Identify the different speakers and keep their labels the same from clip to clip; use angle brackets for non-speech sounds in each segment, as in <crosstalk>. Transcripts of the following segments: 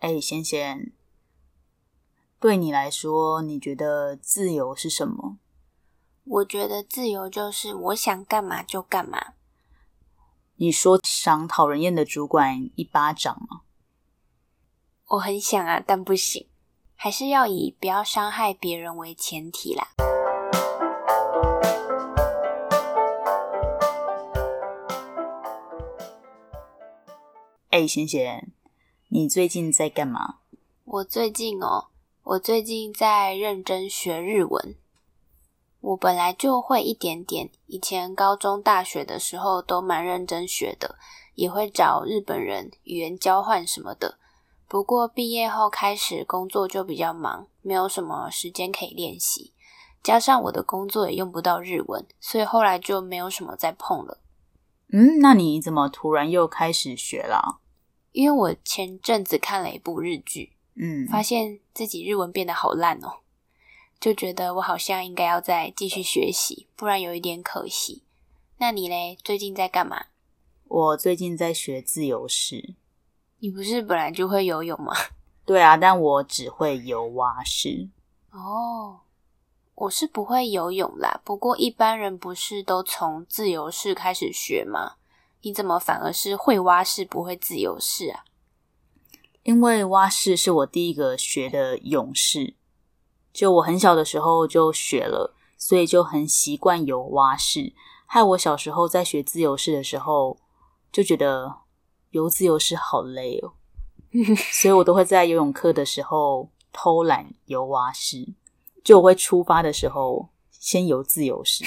Speaker 1: 哎，贤贤，对你来说，你觉得自由是什么？
Speaker 2: 我觉得自由就是我想干嘛就干嘛。
Speaker 1: 你说赏讨人厌的主管一巴掌吗？
Speaker 2: 我很想啊，但不行，还是要以不要伤害别人为前提啦。
Speaker 1: 哎，贤贤，你最近在干嘛？
Speaker 2: 我最近哦，我最近在认真学日文。我本来就会一点点，以前高中、大学的时候都蛮认真学的，也会找日本人语言交换什么的。不过毕业后开始工作就比较忙，没有什么时间可以练习，加上我的工作也用不到日文，所以后来就没有什么再碰了。
Speaker 1: 嗯，那你怎么突然又开始学了？
Speaker 2: 因为我前阵子看了一部日剧，
Speaker 1: 嗯，
Speaker 2: 发现自己日文变得好烂哦，就觉得我好像应该要再继续学习，不然有一点可惜。那你嘞，最近在干嘛？
Speaker 1: 我最近在学自由式。
Speaker 2: 你不是本来就会游泳吗？
Speaker 1: 对啊，但我只会游蛙式。
Speaker 2: <laughs> 哦，我是不会游泳啦，不过一般人不是都从自由式开始学吗？你怎么反而是会蛙式不会自由式啊？
Speaker 1: 因为蛙式是我第一个学的泳式，就我很小的时候就学了，所以就很习惯游蛙式。害我小时候在学自由式的时候，就觉得游自由式好累哦，所以我都会在游泳课的时候偷懒游蛙式。就我会出发的时候先游自由式，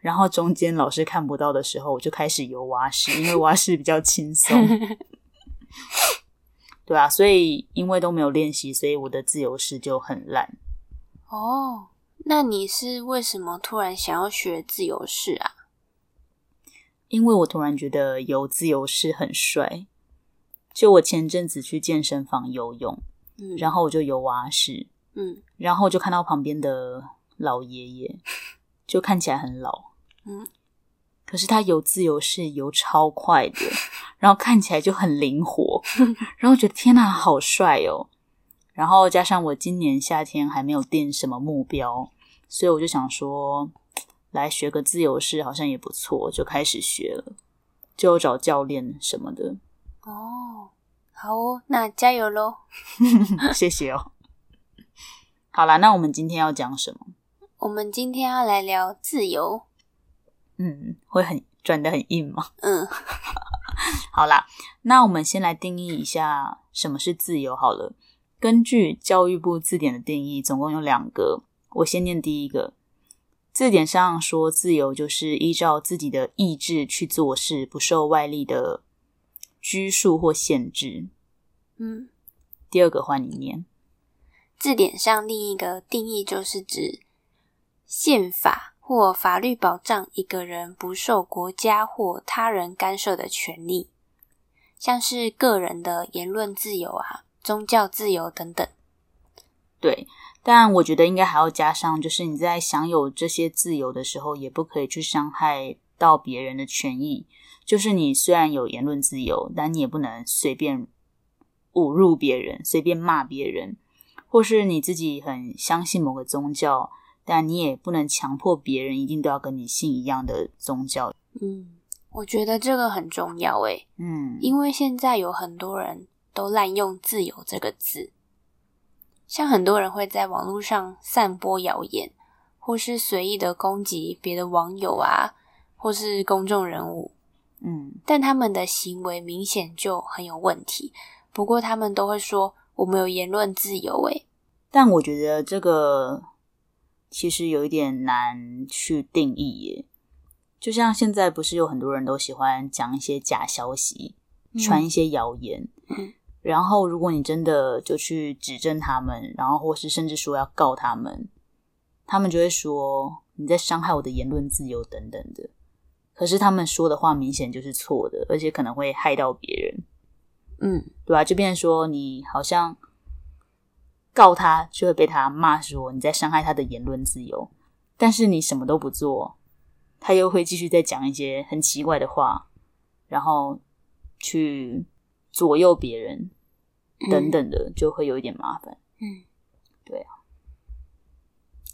Speaker 1: 然后中间老师看不到的时候，我就开始游蛙式，因为蛙式比较轻松。对啊，所以因为都没有练习，所以我的自由式就很烂。
Speaker 2: 哦，那你是为什么突然想要学自由式啊？
Speaker 1: 因为我突然觉得游自由式很帅，就我前阵子去健身房游泳，
Speaker 2: 嗯，
Speaker 1: 然后我就游蛙式，
Speaker 2: 嗯
Speaker 1: 然后就看到旁边的老爷爷，就看起来很老，
Speaker 2: 嗯，
Speaker 1: 可是他游自由式游超快的， <laughs> 然后看起来就很灵活，然后觉得天呐，好帅哦！然后加上我今年夏天还没有定什么目标，所以我就想说，来学个自由式好像也不错，就开始学了，就找教练什么的， <laughs>
Speaker 2: 哦，好哦，那加油喽！
Speaker 1: 谢谢哦。好啦，那我们今天要讲什么？
Speaker 2: 我们今天要来聊自由。
Speaker 1: 嗯，会很转的很硬吗？
Speaker 2: 嗯，
Speaker 1: 好啦，那我们先来定义一下什么是自由好了。根据教育部字典的定义，总共有两个，我先念第一个。字典上说，自由就是依照自己的意志去做事，不受外力的拘束或限制。
Speaker 2: 嗯，
Speaker 1: 第二个换你念，
Speaker 2: 字典上另一个定义就是指宪法或法律保障一个人不受国家或他人干涉的权利，像是个人的言论自由啊、宗教自由等等。
Speaker 1: 对。但我觉得应该还要加上，就是你在享有这些自由的时候，也不可以去伤害到别人的权益。就是你虽然有言论自由，但你也不能随便侮辱别人，随便骂别人，或是你自己很相信某个宗教，但你也不能强迫别人一定都要跟你信一样的宗教。
Speaker 2: 嗯，我觉得这个很重要欸诶、
Speaker 1: 嗯，
Speaker 2: 因为现在有很多人都滥用“自由”这个字，像很多人会在网络上散播谣言，或是随意的攻击别的网友啊，或是公众人物，
Speaker 1: 嗯，
Speaker 2: 但他们的行为明显就很有问题。不过他们都会说我们有言论自由、欸，诶，
Speaker 1: 但我觉得这个其实有一点难去定义耶。就像现在不是有很多人都喜欢讲一些假消息，传一些谣言，
Speaker 2: 嗯
Speaker 1: 然后如果你真的就去指证他们，然后或是甚至说要告他们，他们就会说你在伤害我的言论自由等等的。可是他们说的话明显就是错的，而且可能会害到别人。
Speaker 2: 嗯，
Speaker 1: 对吧、就变成说你好像告他，就会被他骂说你在伤害他的言论自由，但是你什么都不做，他又会继续再讲一些很奇怪的话，然后去左右别人。等等的，就会有一点麻烦。啊
Speaker 2: 嗯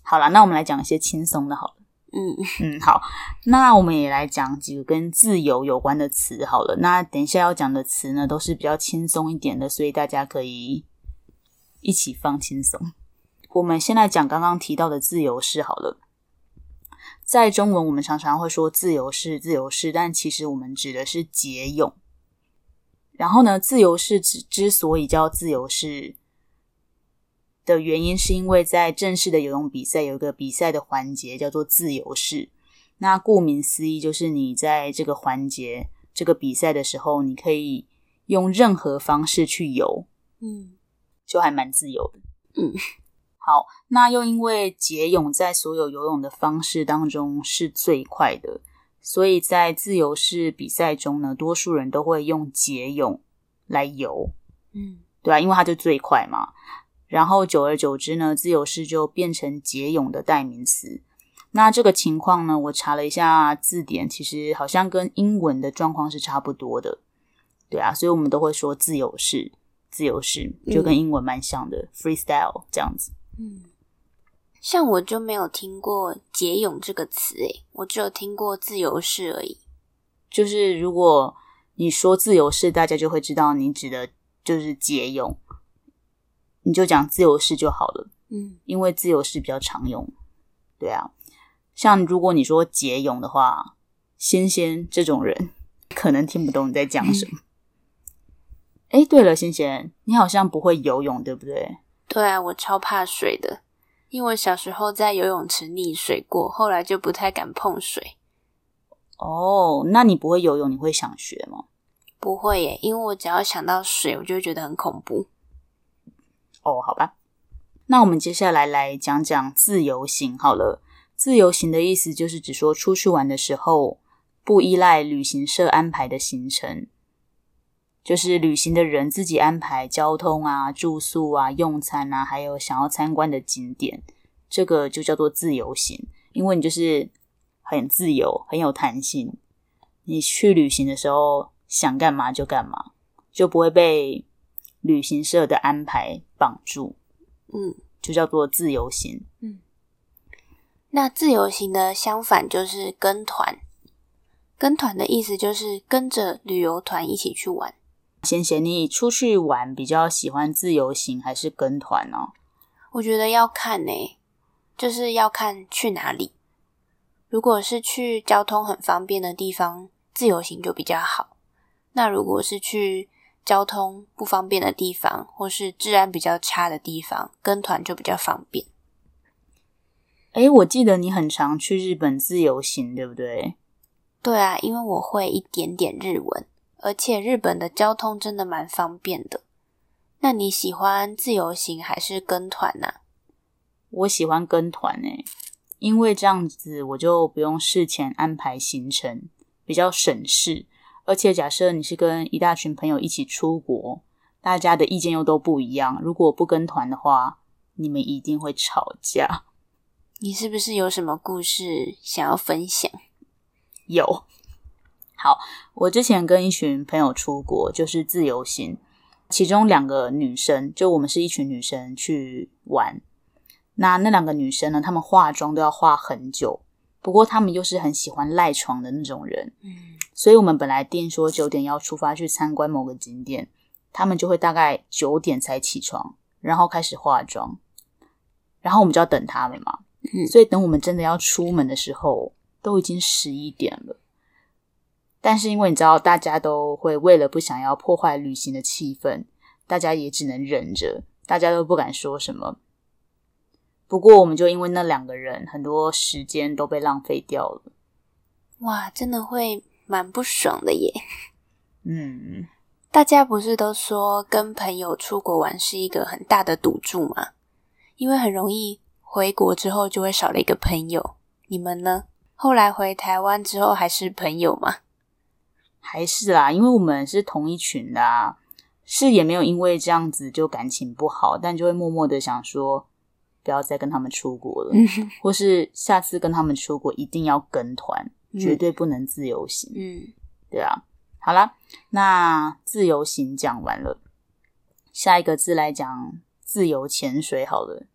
Speaker 1: 好啦，那我们来讲一些轻松的好了。
Speaker 2: 嗯
Speaker 1: 嗯，好，那我们也来讲几个跟自由有关的词好了。那等一下要讲的词呢，都是比较轻松一点的，所以大家可以一起放轻松。我们先来讲刚刚提到的自由式好了。在中文，我们常常会说自由式、自由式，但其实我们指的是节用。然后呢，自由式之之所以叫自由式的原因，是因为在正式的游泳比赛有一个比赛的环节叫做自由式。那顾名思义，就是你在这个环节、这个比赛的时候，你可以用任何方式去游，
Speaker 2: 嗯
Speaker 1: 就还蛮自由的。
Speaker 2: 嗯，
Speaker 1: <laughs> 好，那又因为蝶泳在所有游泳的方式当中是最快的，所以在自由式比赛中呢，多数人都会用蝶泳来游，
Speaker 2: 嗯
Speaker 1: 对啊，因为它就最快嘛。然后久而久之呢，自由式就变成蝶泳的代名词。那这个情况呢，我查了一下字典，其实好像跟英文的状况是差不多的，对啊，所以我们都会说自由式，自由式就跟英文蛮像的、f r e e s t y l e 这样子。
Speaker 2: 嗯。像我就没有听过“节泳”这个词，诶，我只有听过“自由式”而已。
Speaker 1: 就是如果你说自由式，大家就会知道你指的就是节用，你就讲自由式就好了，
Speaker 2: 嗯
Speaker 1: 因为自由式比较常用。对啊，像如果你说节用的话，仙仙这种人可能听不懂你在讲什么。哎、对了，仙仙，你好像不会游泳，对不对？
Speaker 2: 对啊，我超怕水的，因为我小时候在游泳池溺水过，后来就不太敢碰水。
Speaker 1: 哦，那你不会游泳，你会想学吗？
Speaker 2: 不会耶，因为我只要想到水，我就会觉得很恐怖。
Speaker 1: 哦，好吧。那我们接下来来讲讲自由行好了。自由行的意思就是指说出去玩的时候不依赖旅行社安排的行程，就是旅行的人自己安排交通啊、住宿啊、用餐啊，还有想要参观的景点，这个就叫做自由行，因为你就是很自由、很有弹性，你去旅行的时候想干嘛就干嘛，就不会被旅行社的安排绑住，
Speaker 2: 嗯，
Speaker 1: 就叫做自由行。
Speaker 2: 那自由行的相反就是跟团。跟团的意思就是跟着旅游团一起去玩。
Speaker 1: 贤贤，你出去玩比较喜欢自由行还是跟团哦呢、
Speaker 2: 我觉得要看呢、就是要看去哪里。如果是去交通很方便的地方，自由行就比较好。那如果是去交通不方便的地方，或是治安比较差的地方，跟团就比较方便。
Speaker 1: 诶，我记得你很常去日本自由行，对不对？
Speaker 2: 对啊，因为我会一点点日文，而且日本的交通真的蛮方便的。那你喜欢自由行还是跟团啊呢、
Speaker 1: 我喜欢跟团诶、因为这样子我就不用事前安排行程，比较省事。而且假设你是跟一大群朋友一起出国，大家的意见又都不一样，如果不跟团的话，你们一定会吵架。
Speaker 2: 你是不是有什么故事想要分享？
Speaker 1: 有。好，我之前跟一群朋友出国，就是自由行，其中两个女生，就我们是一群女生去玩。那那两个女生呢，她们化妆都要化很久，不过她们又是很喜欢赖床的那种人，
Speaker 2: 嗯
Speaker 1: 所以我们本来定说九点要出发去参观某个景点，她们就会大概九点才起床，然后开始化妆，然后我们就要等她们嘛。
Speaker 2: 嗯
Speaker 1: 所以等我们真的要出门的时候，都已经十一点了。但是因为你知道，大家都会为了不想要破坏旅行的气氛，大家也只能忍着，大家都不敢说什么。不过，我们就因为那两个人，很多时间都被浪费掉了。
Speaker 2: 哇，真的会蛮不爽的耶！
Speaker 1: 嗯，
Speaker 2: 大家不是都说跟朋友出国玩是一个很大的赌注吗？因为很容易回国之后就会少了一个朋友。你们呢？后来回台湾之后还是朋友吗？
Speaker 1: 还是啦，因为我们是同一群的、啊，是也没有因为这样子就感情不好，但就会默默的想说，不要再跟他们出国了。或是下次跟他们出国一定要跟团，
Speaker 2: 嗯
Speaker 1: 绝对不能自由行。
Speaker 2: 嗯
Speaker 1: 对啊，好啦，那自由行讲完了，下一个字来讲自由潜水好了，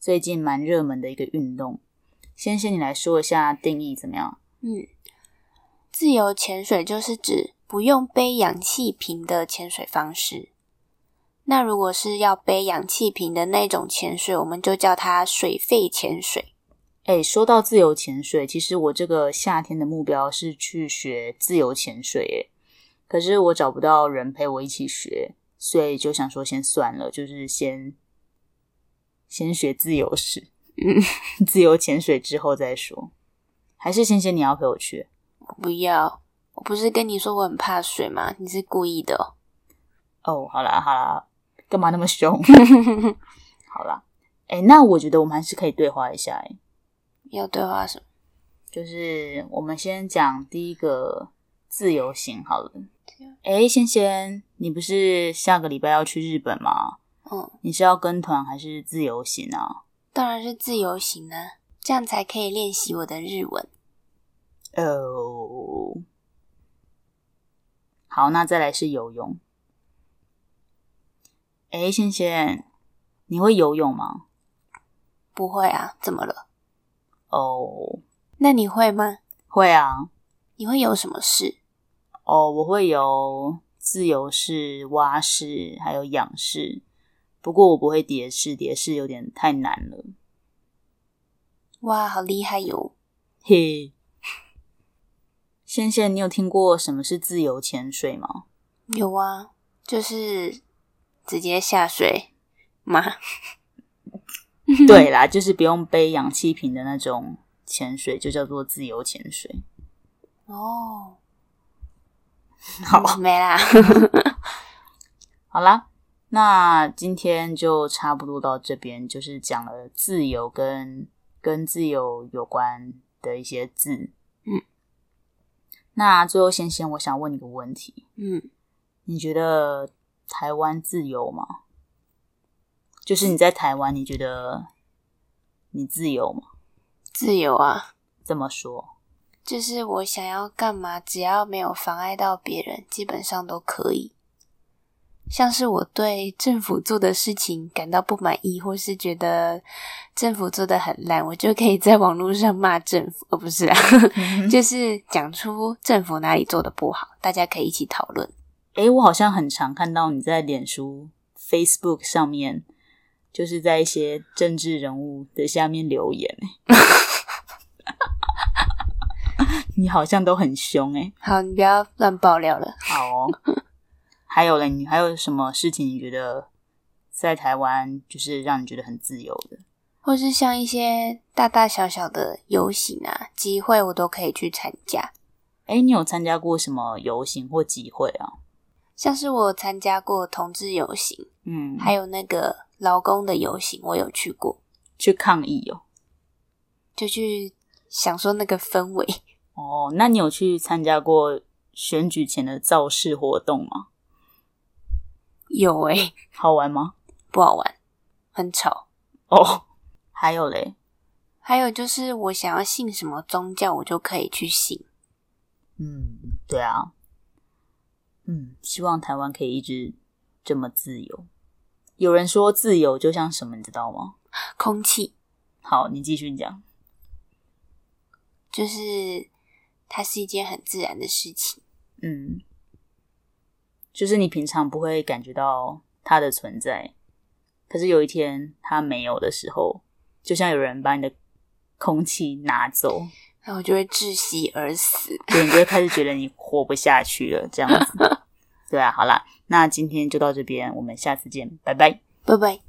Speaker 1: 最近蛮热门的一个运动。先先你来说一下定义怎么样？
Speaker 2: 嗯，自由潜水就是指不用背氧气瓶的潜水方式。那如果是要背氧气瓶的那种潜水，我们就叫它水肺潜水。
Speaker 1: 哎，说到自由潜水，其实我这个夏天的目标是去学自由潜水，哎，可是我找不到人陪我一起学，所以就想说先算了，就是先先学自由式， <laughs> 自由潜水之后再说。还是先先你要陪我去？
Speaker 2: 我不要，我不是跟你说我很怕水吗？你是故意的哦、
Speaker 1: 哦，好啦好啦，干嘛那么凶？ <laughs> 好啦，哎、那我觉得我们还是可以对话一下、哎，
Speaker 2: 要对话什么？
Speaker 1: 就是我们先讲第一个自由行好了。哎、先先，你不是下个礼拜要去日本吗？
Speaker 2: 嗯，
Speaker 1: 你是要跟团还是自由行啊？
Speaker 2: 当然是自由行啊，这样才可以练习我的日文。
Speaker 1: 哦，好，那再来是游泳。哎、先先，你会游泳吗？
Speaker 2: 不会啊，怎么了？
Speaker 1: 哦，
Speaker 2: 那你会吗？
Speaker 1: 会啊。
Speaker 2: 你会有什么事？
Speaker 1: 哦，我会游自由式、蛙式，还有仰式。不过我不会蝶式，蝶式有点太难了。
Speaker 2: 哇，好厉害哟！
Speaker 1: 嘿，仙仙，你有听过什么是自由潜水吗？ <laughs>
Speaker 2: 有啊，就是直接下水吗？
Speaker 1: 对啦，就是不用背氧气瓶的那种潜水，就叫做自由潜水。
Speaker 2: 哦，
Speaker 1: 好，
Speaker 2: 嗯没啦。
Speaker 1: 好啦，那今天就差不多到这边，就是讲了自由跟跟自由有关的一些字。
Speaker 2: 嗯，
Speaker 1: 那最后先先，我想问你个问题，
Speaker 2: 嗯，
Speaker 1: 你觉得台湾自由吗？就是你在台湾，你觉得你自由吗？
Speaker 2: 自由啊，
Speaker 1: 这么说，
Speaker 2: 就是我想要干嘛，只要没有妨碍到别人，基本上都可以。像是我对政府做的事情感到不满意，或是觉得政府做的很烂，我就可以在网络上骂政府，哦，不是啊， <laughs> 就是讲出政府哪里做的不好，大家可以一起讨论。
Speaker 1: 诶，我好像很常看到你在脸书、Facebook 上面，就是在一些政治人物的下面留言、欸 <laughs> 你好像都很凶欸诶。
Speaker 2: 好，你不要乱爆料了。
Speaker 1: 好哦， <laughs> 还有嘞，你还有什么事情你觉得在台湾就是让你觉得很自由的？
Speaker 2: 或是像一些大大小小的游行啊、集会，我都可以去参加。
Speaker 1: 诶，你有参加过什么游行或集会啊？
Speaker 2: 像是我参加过同志游行，
Speaker 1: 嗯，
Speaker 2: 还有那个劳工的游行，我有去过，
Speaker 1: 去抗议哦。
Speaker 2: 就去享受那个氛围。 <laughs>
Speaker 1: 哦，那你有去参加过选举前的造势活动吗？
Speaker 2: 有诶、
Speaker 1: 好玩吗？
Speaker 2: 不好玩，很吵。
Speaker 1: 哦，还有嘞，
Speaker 2: 还有就是，我想要信什么宗教，我就可以去信。
Speaker 1: 嗯，对啊，嗯，希望台湾可以一直这么自由。有人说自由就像什么，你知道吗？
Speaker 2: 空气
Speaker 1: 好，你继续讲。
Speaker 2: 就是它是一件很自然的事情。
Speaker 1: 嗯，就是你平常不会感觉到它的存在，可是有一天它没有的时候，就像有人把你的空气拿走，
Speaker 2: 那我就会窒息而死。
Speaker 1: 对，你就会开始觉得你活不下去了， <laughs> 这样子。对啊，好啦，那今天就到这边，我们下次见，拜拜。
Speaker 2: 拜拜。